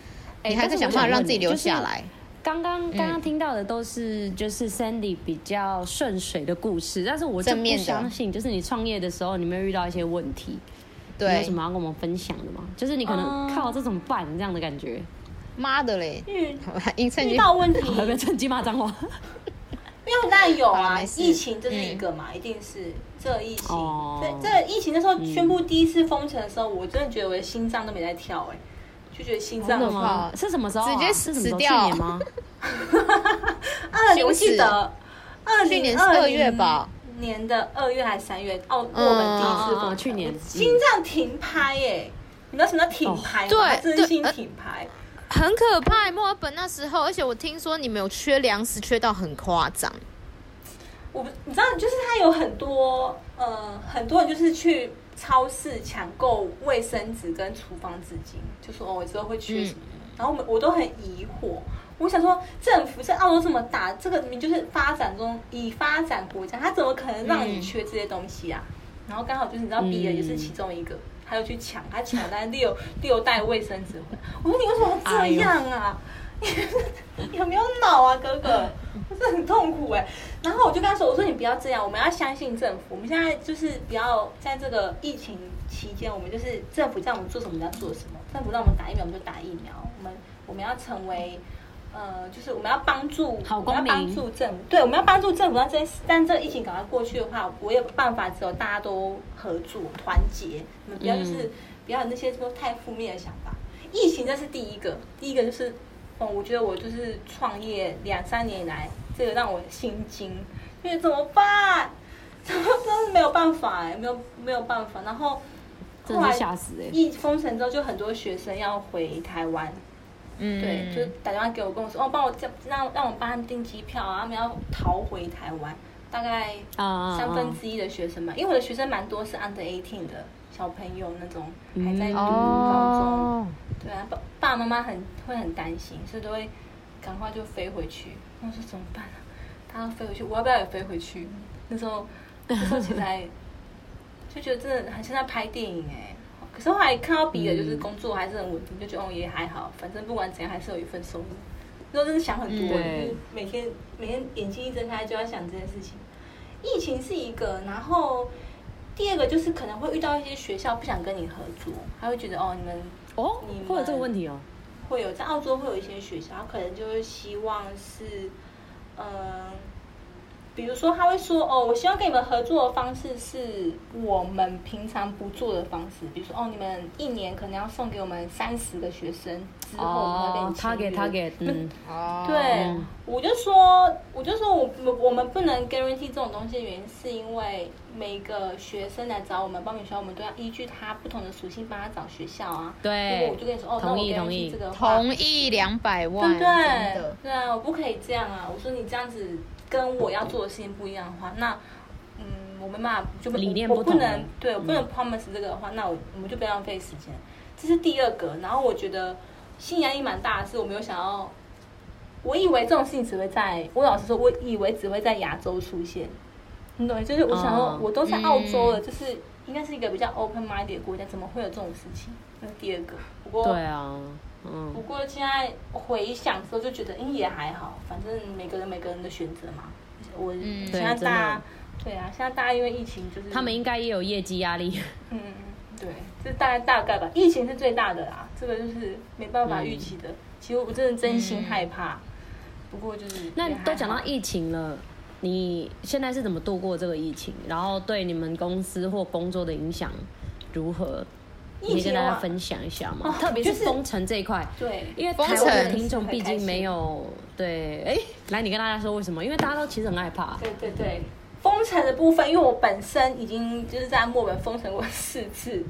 Speaker 2: 哎
Speaker 1: 你还是想办法让自己留下。来。
Speaker 2: 刚刚
Speaker 3: 嗯
Speaker 2: 刚刚听到的都是就是 Sandy 比较顺水的故事，但是我就
Speaker 1: 正
Speaker 2: 不
Speaker 1: 面的
Speaker 2: 相信，就是你创业的时候，你有没有遇到一些问题？你有
Speaker 1: 对
Speaker 2: 什，么要跟我们分享的吗？就是你可能
Speaker 3: 嗯
Speaker 2: 靠这怎么办这样的感觉，
Speaker 1: 妈的嘞！ [LAUGHS]
Speaker 3: 遇
Speaker 1: 好吧，因趁
Speaker 3: 遇
Speaker 1: 机
Speaker 3: 到问题，
Speaker 2: 有没有趁机骂脏
Speaker 3: [LAUGHS]
Speaker 2: 话？
Speaker 3: 因为当然有
Speaker 1: 好了
Speaker 3: 啊
Speaker 1: 没，事嗯
Speaker 3: 疫情这是一个嘛，一定是这疫情。
Speaker 2: 哦
Speaker 3: 对，这疫情那时候宣布第一次封城的时候，我真的觉得我的心脏都没在跳，哎，就觉得心脏
Speaker 2: 真的
Speaker 1: 好可怕
Speaker 2: 吗？是什么时候啊？
Speaker 1: 直接
Speaker 2: 是什么时候
Speaker 1: 死掉
Speaker 2: 去年吗？
Speaker 3: [LAUGHS] 二零我记得二
Speaker 1: 去年
Speaker 3: 零
Speaker 1: 是
Speaker 3: 二
Speaker 1: 二月吧，
Speaker 3: 年的二月还是三月，澳
Speaker 1: 嗯
Speaker 3: 澳门第一
Speaker 2: 嗯
Speaker 3: 次
Speaker 2: 嗯嗯
Speaker 3: 封
Speaker 2: 去年
Speaker 3: 城心脏停拍耶，你知道什么叫停拍吗？
Speaker 1: 哦对
Speaker 3: 真心停拍，
Speaker 1: 很可怕。墨尔本那时候，而且我听说你们有缺粮食，缺到很夸张。
Speaker 3: 我不你知道，就是他有很多呃，很多人就是去超市抢购卫生纸跟厨房纸巾，就说哦，我之后会缺什么。然后我们我都很疑惑，我想说政府在澳洲这么大，这个明明就是发展中已发展国家，他怎么可能让你
Speaker 1: 嗯
Speaker 3: 缺这些东西啊？然后刚好就是你知道，比尔也是其中一个，他就去抢，他抢了六六袋卫生纸回来。我说你为什么要这样啊？你 [LAUGHS] 有没有脑啊，哥哥？
Speaker 2: 嗯
Speaker 3: 我是很痛苦哎、然后我就跟他说：“我说你不要这样，我们要相信政府。我们现在就是不要在这个疫情期间，我们就是政府叫我们做什么，我们要做什么。政府让我们打疫苗，我们就打疫苗。我们我们要成为，呃，就是我们要帮助，
Speaker 2: 好
Speaker 3: 我们要
Speaker 2: 公民
Speaker 3: 帮助政府。对，我们要帮助政府。让这但这个疫情赶快过去的话，我有办法，只有大家都合作团结。你们不要就是、
Speaker 2: 嗯
Speaker 3: 不要有那些说太负面的想法。疫情这是第一个，第一个就是哦，我觉得我就是创业两三年以来，这个让我心惊，因为怎么办？ [LAUGHS] 怎么真是没有办法哎、没有没有办法。然后
Speaker 2: 真
Speaker 3: 后
Speaker 2: 的
Speaker 3: 来
Speaker 2: 是吓死哎、
Speaker 3: 一封城之后，就很多学生要回台湾，
Speaker 1: 嗯，
Speaker 3: 对，就打电话给我，跟我说哦，帮我叫让让我帮他们订机票啊，他们要逃回台湾，大概
Speaker 2: 啊
Speaker 3: 三分之一的学生吧，因为我的学生蛮多是 under eighteen 的小朋友那种，还在
Speaker 2: 嗯
Speaker 3: 读高中。
Speaker 1: 哦，
Speaker 3: 对啊，爸爸爸妈妈很会很担心，所以都会赶快就飞回去。我说怎么办啊？他要飞回去，我要不要也飞回去？那时候那时候
Speaker 2: [LAUGHS]
Speaker 3: 起来就觉得真的很像在拍电影哎、可是后来看到比尔就是工作还是很稳定，就觉得哦也还好，反正不管怎样还是有一份收入。那时候真的想很多，
Speaker 2: 嗯对
Speaker 3: 就是每天每天眼睛一睁开就要想这件事情。疫情是一个，然后第二个就是可能会遇到一些学校不想跟你合作，他会觉得哦你们
Speaker 2: 哦
Speaker 3: 你，们
Speaker 2: 会有这个问题哦。
Speaker 3: 会有在澳洲会有一些学校，他可能就会希望是，嗯、比如说他会说哦，我希望跟你们合作的方式是我们平常不做的方式，比如说哦，你们一年可能要送给我们三十个学生之后，我们
Speaker 2: 哦
Speaker 3: 会给
Speaker 2: ，target
Speaker 3: 你签约
Speaker 2: target，嗯，
Speaker 1: 哦
Speaker 3: 对，
Speaker 2: 嗯
Speaker 3: 我就说，我就说我们我们不能 guarantee 这种东西的原因，是因为每个学生来找我们报名学校，我们都要依据他不同的属性帮他找学校啊。
Speaker 2: 对
Speaker 3: 如果我就跟你说，哦，那我
Speaker 2: 同意同意
Speaker 3: guarantee 这个的话，
Speaker 1: 同意两百
Speaker 3: 对
Speaker 1: 万，
Speaker 3: 不
Speaker 1: 真
Speaker 3: 对
Speaker 1: 的？
Speaker 3: 对啊，我不可以这样啊！我说你这样子跟我要做的事情不一样的话，那嗯，我没办法，就不
Speaker 2: 理念
Speaker 3: 我
Speaker 2: 不
Speaker 3: 我
Speaker 2: 同嗯
Speaker 3: 不能对，我不能 promise 这个的话，那我我们就不要浪费时间。这是第二个，然后我觉得心理压力蛮大的是，我没有想要，我以为这种事情只会在，我老实说，我以为只会在亚洲出现，你懂吗？就是我想说
Speaker 2: 嗯，
Speaker 3: 我都在澳洲了，就是应该是一个比较 open minded 的国家，怎么会有这种事情？那是第二个，不过
Speaker 2: 对啊，
Speaker 3: 不
Speaker 2: 嗯，
Speaker 3: 过现在回想之后就觉得，嗯，也还好，反正每个人每个人的选择嘛。我
Speaker 1: 嗯
Speaker 3: 现在
Speaker 2: 对
Speaker 3: 大家，对啊，现在大家因为疫情就是
Speaker 2: 他们应该也有业绩压力。 [LAUGHS]
Speaker 3: 嗯，对，这大概大概吧。疫情是最大的啦，这个就是没办法预期的。其实我真的真心害怕，不过就是
Speaker 2: 那
Speaker 3: 也还好
Speaker 2: 都讲到疫情了，你现在是怎么度过这个疫情？然后对你们公司或工作的影响如何？你可以
Speaker 3: 疫情
Speaker 2: 跟
Speaker 3: 的
Speaker 2: 大
Speaker 3: 话
Speaker 2: 家分享一下吗？
Speaker 3: 哦
Speaker 2: 特别是
Speaker 3: 就是
Speaker 2: 封城这一块，
Speaker 3: 对，
Speaker 2: 因为
Speaker 1: 封
Speaker 2: 台湾的
Speaker 1: 城
Speaker 2: 听众毕竟没
Speaker 3: 有。
Speaker 2: 有对，哎、来你跟大家说为什么？因为大家都其实很害怕，
Speaker 3: 对对对，封城的部分，因为我本身已经就是在墨本封城过四次，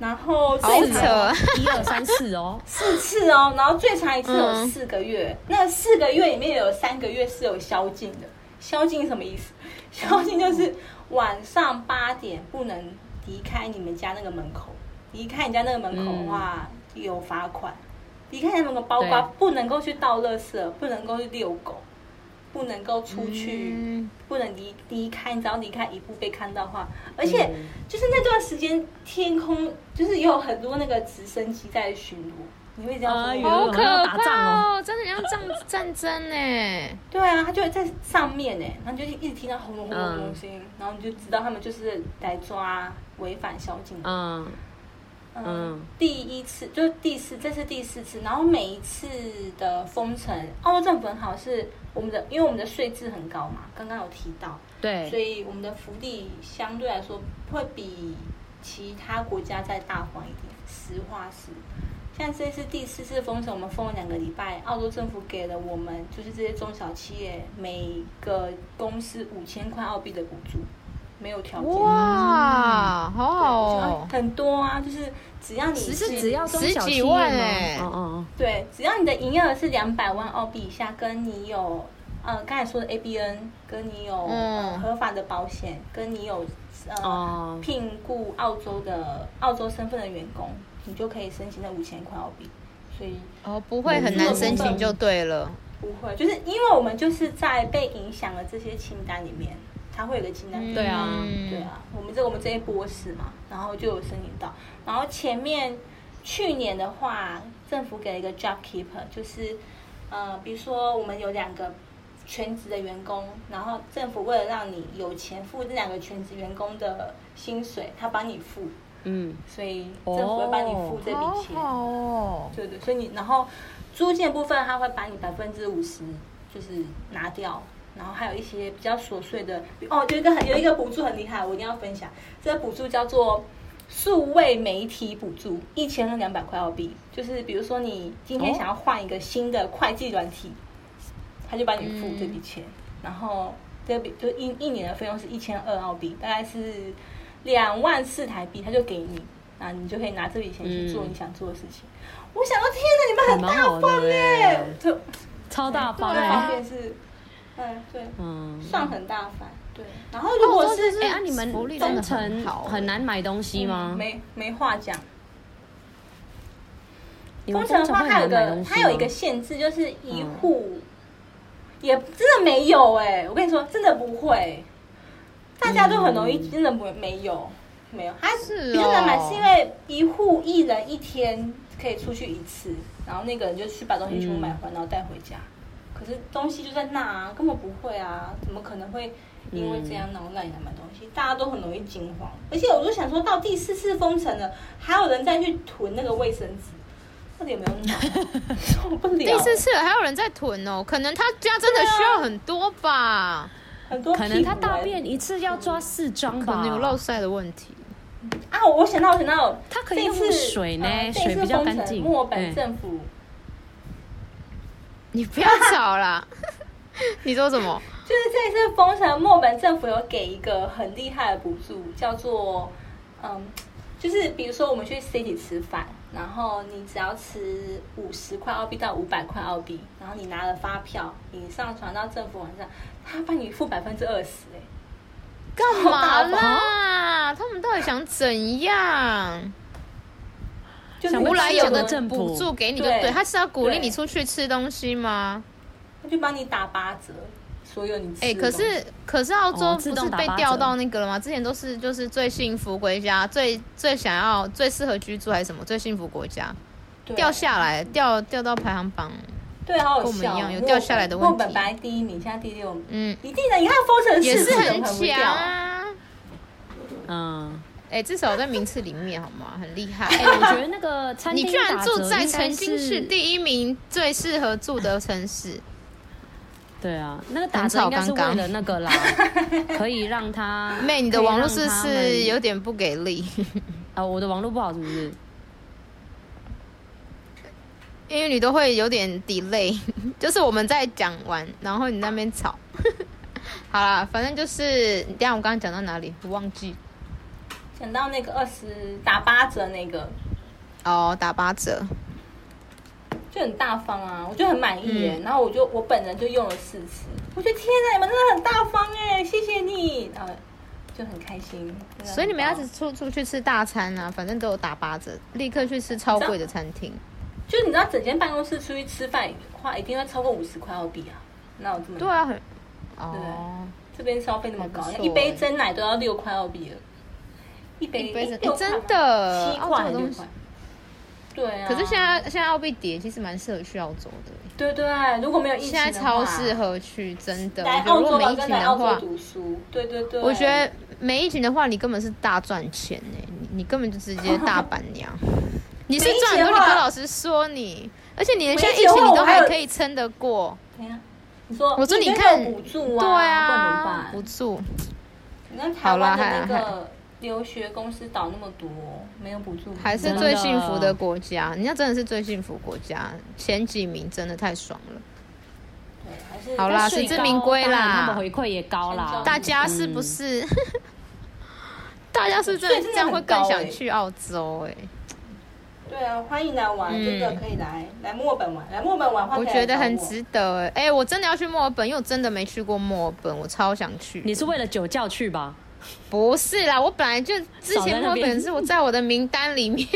Speaker 3: 然后
Speaker 1: 好
Speaker 3: 最
Speaker 1: 扯啊
Speaker 3: 长
Speaker 2: 一二三四哦，
Speaker 3: 四次哦，然后最长一次有
Speaker 1: 嗯
Speaker 3: 四个月，那四个月里面有三个月是有宵禁的。宵禁什么意思？ [LAUGHS] 宵禁就是晚上八点不能离开你们家那个门口，离开你家那个门口的话、
Speaker 1: 嗯
Speaker 3: 有罚款。离开你家门口，包括
Speaker 2: 对
Speaker 3: 不能够去倒垃圾，不能够去遛狗，不能够出去。
Speaker 1: 嗯，
Speaker 3: 不能离离开，你只要离开一步被看到的话，而且就是那段时间天空就是也有很多那个直升机在巡逻，你会这样
Speaker 2: 哎
Speaker 3: 说
Speaker 2: 呦
Speaker 3: 吗？
Speaker 1: 好
Speaker 2: 好
Speaker 1: 可
Speaker 2: 像要打仗
Speaker 1: 怕哦，真的像战战争欸呢。
Speaker 3: 对啊，它就会在上面呢，然后你就一直听到轰隆轰隆的东西，然后你就知道他们就是来抓违反宵禁。
Speaker 2: 嗯
Speaker 3: 嗯，
Speaker 2: 嗯
Speaker 3: 第一次就是第四，这是第四次，然后每一次的封城，澳洲政府很好是我们的，因为我们的税制很高嘛，刚刚有提到，
Speaker 2: 对，
Speaker 3: 所以我们的福利相对来说会比其他国家再大方一点。实话是，像这次第四次封城，我们封了两个礼拜，澳洲政府给了我们就是这些中小企业每个公司五千块澳币的补助，没有条件。
Speaker 1: 哇，好好
Speaker 3: 哦
Speaker 1: 哦，，
Speaker 3: 很多啊，就是只要你
Speaker 2: 只是只要中
Speaker 1: 十
Speaker 2: 小企
Speaker 1: 几
Speaker 2: 业吗
Speaker 1: 万欸
Speaker 2: 嗯嗯
Speaker 3: 对，只要你的营业额是两百万澳币以下，跟你有呃刚才说的 ABN，跟你有、
Speaker 1: 嗯
Speaker 3: 呃合法的保险，跟你有
Speaker 2: 嗯
Speaker 3: 呃、
Speaker 2: 哦，
Speaker 3: 聘雇澳洲的澳洲身份的员工，你就可以申请那五千块澳币。所以
Speaker 1: 哦，不会很难申请就对了。
Speaker 3: 不会，就是因为我们就是在被影响的这些清单里面，它会有个清单。
Speaker 1: 嗯
Speaker 2: 对啊
Speaker 3: 对，啊，我们这我们这一波是嘛，然后就有申请到。然后前面去年的话，政府给了一个 job keeper，就是呃，比如说我们有两个全职的员工，然后政府为了让你有钱付这两个全职员工的薪水，他帮你付，
Speaker 2: 嗯
Speaker 3: 所以政府会帮你付这笔
Speaker 1: 好
Speaker 3: 钱。
Speaker 1: 好哦，
Speaker 3: 对对，所以你然后租金的部分，他会把你百分之五十就是拿掉，然后还有一些比较琐碎的哦，有一个很有一个补助很厉害，我一定要分享。这个补助叫做数位媒体补助，一千两百块澳币，就是比如说你今天
Speaker 2: 哦
Speaker 3: 想要换一个新的会计软体，他就帮你付
Speaker 2: 嗯
Speaker 3: 这笔钱，然后这笔就一一年的费用是一千二澳币，大概是两万四台币，他就给你。啊，你就可以拿这笔钱去做
Speaker 2: 嗯
Speaker 3: 你想做的事情。我想到，天哪，你们很大方哎、
Speaker 2: 还蛮好的耶
Speaker 3: 就
Speaker 2: 超大方
Speaker 1: 对
Speaker 3: 这
Speaker 1: 啊
Speaker 3: 方
Speaker 2: 哎，
Speaker 3: 面是，嗯，对，
Speaker 2: 嗯。
Speaker 3: 算很大方。对，然
Speaker 1: 哦
Speaker 3: 后如果是
Speaker 1: 就是
Speaker 2: 哎、啊，你们
Speaker 1: 嗯福利真的
Speaker 2: 封
Speaker 1: 很
Speaker 2: 城
Speaker 1: 好欸
Speaker 2: 很难买东西吗？
Speaker 3: 嗯没没话讲。
Speaker 2: 你们
Speaker 3: 封城的话，
Speaker 2: 会
Speaker 3: 它有
Speaker 2: 很难买
Speaker 3: 个
Speaker 2: 东西
Speaker 3: 它有一
Speaker 2: 吗
Speaker 3: 个限制，就是一
Speaker 2: 嗯
Speaker 3: 户、也真的没有哎、我跟你说，真的不会，大家都很容
Speaker 2: 嗯
Speaker 3: 易，真的不会没有没有。它
Speaker 1: 是
Speaker 3: 比较难买，
Speaker 1: 哦
Speaker 3: 是因为一户一人一天可以出去一次，然后那个人就去把东西全部买
Speaker 2: 嗯
Speaker 3: 回来，然后带回家。可是东西就在那啊，根本不会啊，怎么可能会因为这
Speaker 2: 嗯
Speaker 3: 样然后让你来买东西？大家都很容易惊慌，而且我就想说，到第四次封城了，还有人再去囤那个卫生纸，到底有没有脑啊？受不了。
Speaker 1: 第四次了还有人在囤哦，可能他家真的需要很多吧，
Speaker 3: 很多
Speaker 2: 可能
Speaker 3: 屁
Speaker 2: 他
Speaker 3: 股
Speaker 2: 大
Speaker 3: 欸
Speaker 2: 便一次要抓四张
Speaker 1: 可
Speaker 2: 吧，
Speaker 1: 能有漏塞的问题。
Speaker 3: 啊！我想到，我想到，
Speaker 2: 它可以
Speaker 3: 这
Speaker 2: 用
Speaker 3: 次
Speaker 2: 水呢
Speaker 3: 呃这
Speaker 2: 水
Speaker 3: 次
Speaker 2: 比较
Speaker 3: 封城
Speaker 2: 干净
Speaker 3: 墨尔
Speaker 2: 哎
Speaker 3: 本政府。
Speaker 1: 你不要吵
Speaker 2: [LAUGHS]
Speaker 1: 啦，你说什么？
Speaker 3: 就是这次封城，墨本政府有给一个很厉害的补助，叫做嗯，就是比如说我们去 City 吃饭，然后你只要吃五十块澳币到五百块澳币，然后你拿了发票，你上传到政府网站，他帮你付百分之二十哎。
Speaker 1: 干嘛啦？他们到底想怎样？
Speaker 3: 就
Speaker 2: 想
Speaker 3: 你
Speaker 1: 无来由的
Speaker 2: 这政府
Speaker 1: 补助给你就
Speaker 3: 对
Speaker 1: 对，他是要鼓励
Speaker 3: 对
Speaker 1: 你出去吃东西吗？
Speaker 3: 他就帮你打八折，所有你吃的
Speaker 1: 哎、可
Speaker 3: 东西
Speaker 1: 是可是澳洲
Speaker 2: 哦
Speaker 1: 不
Speaker 2: 自
Speaker 1: 是
Speaker 2: 动打
Speaker 1: 被
Speaker 2: 八
Speaker 1: 调
Speaker 2: 折
Speaker 1: 到那个了吗？之前都是就是最幸福国家，最最想要、最适合居住还是什么最幸福国家
Speaker 3: 对
Speaker 1: 掉下来，掉掉到排行榜，
Speaker 3: 对，好好
Speaker 1: 跟我们
Speaker 3: 笑
Speaker 1: 一
Speaker 3: 哦，
Speaker 1: 样有掉下来的
Speaker 3: 墨尔
Speaker 1: 问
Speaker 3: 本
Speaker 1: 题
Speaker 3: 墨尔本本来第一名，现在第六名，
Speaker 1: 嗯，
Speaker 3: 一定的。你看封
Speaker 1: [LAUGHS]
Speaker 3: 城
Speaker 1: 也
Speaker 3: 是
Speaker 1: 是
Speaker 3: 很
Speaker 1: 很
Speaker 3: 不
Speaker 1: 强
Speaker 3: 掉。
Speaker 1: 啊。 [LAUGHS]
Speaker 2: 嗯，
Speaker 1: 哎、至少我在名次里面好吗？很厉害。
Speaker 2: 哎、我觉得那个
Speaker 1: [LAUGHS]
Speaker 2: 餐
Speaker 1: 你
Speaker 2: 厅
Speaker 1: 居然
Speaker 2: 打折
Speaker 1: 住在
Speaker 2: 应该
Speaker 1: 曾经是
Speaker 2: 是 [LAUGHS]
Speaker 1: 第一名最适合住的城市，
Speaker 2: 对啊，那个打折应该是为了那
Speaker 3: [LAUGHS]
Speaker 2: 个啦，可以让他
Speaker 1: [LAUGHS] 妹，你的网络是
Speaker 2: 可以让他们
Speaker 1: 是有点不给力，
Speaker 2: 啊、我的网络不好是不是？
Speaker 1: 因为你都会有点 delay，就是 [LAUGHS] 我们在讲完，然后你那边吵。 [LAUGHS] 好啦，反正就是，等一下我刚刚讲到哪里，我忘记
Speaker 3: 想到那个二十打八折那个，
Speaker 1: 哦，打八折。
Speaker 3: 就很大方啊，我就很满意
Speaker 1: 嗯
Speaker 3: 耶。然后我就我本人就用了四次，我觉得天哪，你们真的很大方哎，谢谢你，然后就很开心。真的
Speaker 2: 啊
Speaker 3: 很
Speaker 1: 所以你们要
Speaker 3: 棒
Speaker 1: 是出出去吃大餐啊，反正都有打八折，立刻去吃超贵的餐厅。
Speaker 3: 就是你知道，整间办公室出去吃饭花一定会超过五十块澳币啊，那我这么
Speaker 1: 对啊，很哦，
Speaker 3: 这边消费那么高
Speaker 1: 还不，错欸
Speaker 3: 一杯真奶都要六块澳币了，一杯
Speaker 1: 一杯真
Speaker 3: 诶六块
Speaker 1: 诶真的
Speaker 3: 七
Speaker 1: 澳洲
Speaker 3: 块
Speaker 1: 的
Speaker 3: 六
Speaker 1: 东西
Speaker 3: 块，对啊。
Speaker 1: 可是现在现在澳币跌，其实蛮适合去澳洲的。欸
Speaker 3: 对对，如果没有疫情
Speaker 1: 现
Speaker 3: 的话
Speaker 1: 在超适合去，真的。我
Speaker 3: 来
Speaker 1: 觉得
Speaker 3: 澳
Speaker 1: 如果
Speaker 3: 洲
Speaker 1: 没
Speaker 3: 吧
Speaker 1: 疫情
Speaker 3: 跟来
Speaker 1: 的
Speaker 3: 澳洲
Speaker 1: 话，
Speaker 3: 读书，对对对，
Speaker 1: 我觉得没疫情的话，你根本是大赚钱呢、你你根本就直接大板
Speaker 3: [LAUGHS]
Speaker 1: 娘。你是赚很多，
Speaker 3: 没疫情的
Speaker 1: 你
Speaker 3: 话
Speaker 1: 跟老师说你，而且你现在
Speaker 3: 没疫
Speaker 1: 疫
Speaker 3: 情的
Speaker 1: 情
Speaker 3: 话
Speaker 1: 你都
Speaker 3: 我还
Speaker 1: 还
Speaker 3: 有
Speaker 1: 可以撑得过，
Speaker 3: 怎样？你说，
Speaker 1: 我说
Speaker 3: 你
Speaker 1: 你看
Speaker 3: 补助
Speaker 1: 对
Speaker 3: 啊，不然怎么
Speaker 1: 啊
Speaker 3: 办，
Speaker 1: 不住。
Speaker 3: 你看台湾的那
Speaker 1: 好啦还
Speaker 3: 个留学公司倒那么多，没有补助，
Speaker 1: 还是
Speaker 2: 真的
Speaker 1: 最幸福的国家，人家真的是最幸福国家，前几名真的太爽了。
Speaker 3: 对还是
Speaker 1: 好啦
Speaker 2: 但税
Speaker 1: 实至
Speaker 2: 高
Speaker 1: 名归啦
Speaker 2: 当然他们回馈也高啦
Speaker 3: 嗯。
Speaker 1: 大家是不是？
Speaker 2: 嗯
Speaker 1: 大家是不是
Speaker 3: 所以真的
Speaker 1: 这样会
Speaker 3: 很
Speaker 1: 更
Speaker 3: 高
Speaker 1: 想
Speaker 3: 欸
Speaker 1: 去澳洲、欸？
Speaker 3: 对啊，欢迎来玩，
Speaker 1: 嗯
Speaker 3: 真的可以来来墨尔本玩，来墨尔本玩的话可
Speaker 1: 我
Speaker 3: 以来
Speaker 1: 觉得很
Speaker 3: 找我。
Speaker 1: 值得、欸。哎、我真的要去墨尔本，因为我真的没去过墨尔本，我超想去。
Speaker 2: 你是为了酒窖去吧？
Speaker 1: 不是啦，我本来就之
Speaker 2: 少在
Speaker 1: 前墨
Speaker 2: 那
Speaker 1: 尔本
Speaker 2: 边
Speaker 1: 是我在我的名单里
Speaker 2: [LAUGHS]
Speaker 1: 面，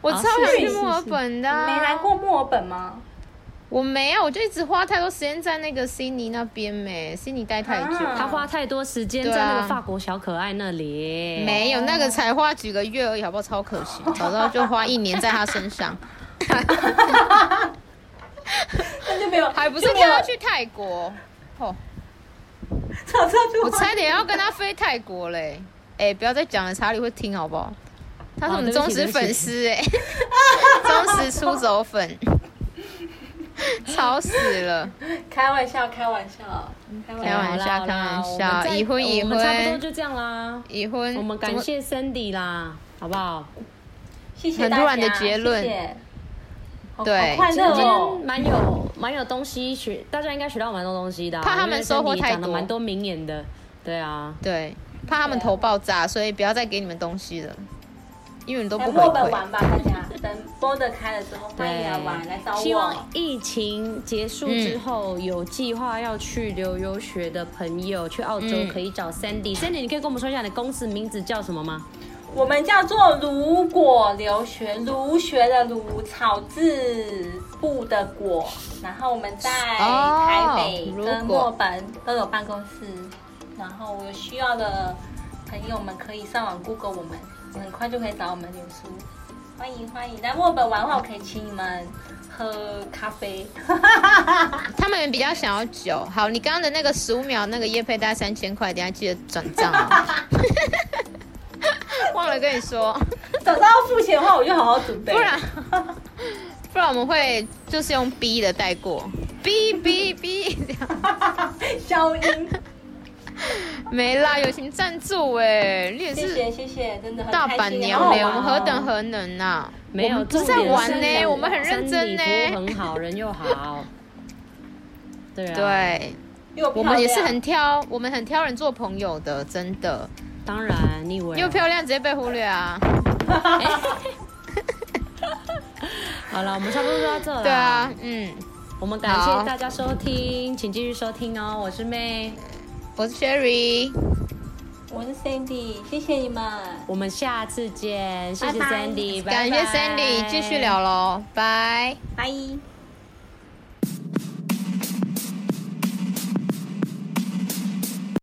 Speaker 1: 我
Speaker 2: 啊
Speaker 1: 超想
Speaker 2: 是
Speaker 1: 去
Speaker 2: 是
Speaker 1: 墨尔
Speaker 2: 是
Speaker 1: 本的、啊
Speaker 3: 你没来，过墨尔本吗？
Speaker 1: 我没有，我就一直花太多时间在那个悉尼那边没，悉尼待太久。
Speaker 3: 啊
Speaker 2: 他花太多时间
Speaker 1: 对啊
Speaker 2: 在那个法国小可爱那里。
Speaker 1: 没有，那个才花几个月而已，好不好？超可
Speaker 2: [LAUGHS]
Speaker 1: 惜，早知道就花一年在他身上， [LAUGHS]
Speaker 3: [LAUGHS] 那就没有，
Speaker 1: 还不是
Speaker 3: 就
Speaker 1: 跟
Speaker 3: 没有
Speaker 1: 他去泰国？ [LAUGHS] 哦，
Speaker 3: 早知道就
Speaker 1: 我
Speaker 3: 玩
Speaker 1: 差点要跟他飞泰国 [LAUGHS] 嘞！哎、不要再讲了，查理会听好不好？他是我们
Speaker 2: 哦对
Speaker 1: 忠
Speaker 2: 不起
Speaker 1: 实粉丝哎、 [LAUGHS] 忠实出走粉，吵死了！
Speaker 3: 开玩笑，开玩笑，开
Speaker 1: 开玩
Speaker 2: 好啦
Speaker 1: 笑
Speaker 2: 好啦
Speaker 1: 开玩
Speaker 2: 我们
Speaker 1: 笑
Speaker 2: 再
Speaker 1: 已婚已嗯
Speaker 2: 我们差不多
Speaker 1: 婚
Speaker 2: 就这样啦。
Speaker 1: 已婚，
Speaker 2: 我们
Speaker 1: 怎
Speaker 2: 感
Speaker 1: 么
Speaker 2: 谢 Cindy 啦，好不好？
Speaker 3: 谢谢
Speaker 1: 很
Speaker 3: 大家
Speaker 1: 突然的结论
Speaker 3: 谢谢好
Speaker 1: 对
Speaker 3: 好快
Speaker 2: 今
Speaker 3: 乐哦
Speaker 2: 天。蛮有蛮有东西学，大家应该学到蛮多东西的啊、
Speaker 1: 怕他们收获
Speaker 2: 因为 Cindy
Speaker 1: 太多
Speaker 2: 讲了蛮多名言的，对啊，
Speaker 1: 对，怕他们头爆炸，所以不要再给你们东西了，因为你都
Speaker 3: 来
Speaker 1: 不回
Speaker 3: 墨尔本
Speaker 1: 馈。
Speaker 3: 玩吧，大家。等 border 开了之后，欢迎来玩，啊来找
Speaker 2: 希望
Speaker 3: 我。
Speaker 2: 疫情结束之后，有计划要去留游学的朋友，去澳洲
Speaker 1: 嗯
Speaker 2: 可以找 Sandy。Sandy，你可以跟我们说一下你的公司名字叫什么吗？
Speaker 3: 我们叫做如果留学，如学的如，草字部的果。然后我们在
Speaker 1: 哦
Speaker 3: 台北
Speaker 1: 如
Speaker 3: 跟
Speaker 1: 果
Speaker 3: 墨尔本都有办公室。然后有需要的朋友们可以上网 Google 我们，很快就可以找我们留书。欢迎欢迎，来墨尔本玩的话，我可以请你们喝
Speaker 1: [LAUGHS]
Speaker 3: 咖啡。
Speaker 1: 他们比较想要酒。好，你刚刚的那个十五秒那个夜配大概三千块，等一下记得转账哦。 [LAUGHS] 忘了跟你说，
Speaker 3: 早知道要付钱的话，我就好好准备。
Speaker 1: 不
Speaker 3: [LAUGHS]
Speaker 1: 然不然我们会就是用 B 的带过，B B B 这样
Speaker 3: 消音。
Speaker 1: 没啦，友情赞助哎，你也
Speaker 3: 谢
Speaker 1: 是
Speaker 3: 谢谢谢，真的很
Speaker 1: 大
Speaker 3: 开
Speaker 1: 板
Speaker 3: 心
Speaker 1: 娘嘞，
Speaker 3: 好
Speaker 1: 我
Speaker 3: 好玩
Speaker 1: 们
Speaker 3: 哦
Speaker 1: 何等何能啊呐、
Speaker 2: 没有，
Speaker 1: 我们不是在
Speaker 2: 重点
Speaker 1: 玩
Speaker 2: 是
Speaker 1: 呢，我们很认真
Speaker 2: Sandy 服务
Speaker 1: 呢。
Speaker 2: 很好，人
Speaker 1: [LAUGHS]
Speaker 2: 又好，对啊，，
Speaker 1: 对，
Speaker 3: 又漂
Speaker 1: 我
Speaker 3: 亮
Speaker 1: 们也是
Speaker 3: [LAUGHS]
Speaker 1: 很挑，我们很挑人做朋友的，真的。
Speaker 2: 当然你以为啊
Speaker 1: 又漂亮，直接被忽略啊。哎
Speaker 2: 好了，我们差不多就到这了。
Speaker 1: 对啊，，嗯，
Speaker 2: 我们感
Speaker 1: 好
Speaker 2: 谢大家收听，请继续收听哦。我是妹，
Speaker 1: 我是 Sherry。
Speaker 3: 我是 Sandy，谢谢你们，
Speaker 2: 我们下次见，谢谢
Speaker 3: 拜拜
Speaker 2: Sandy，拜
Speaker 1: 感
Speaker 2: 拜
Speaker 1: 谢 Sandy，继续聊喽，拜。
Speaker 3: 拜。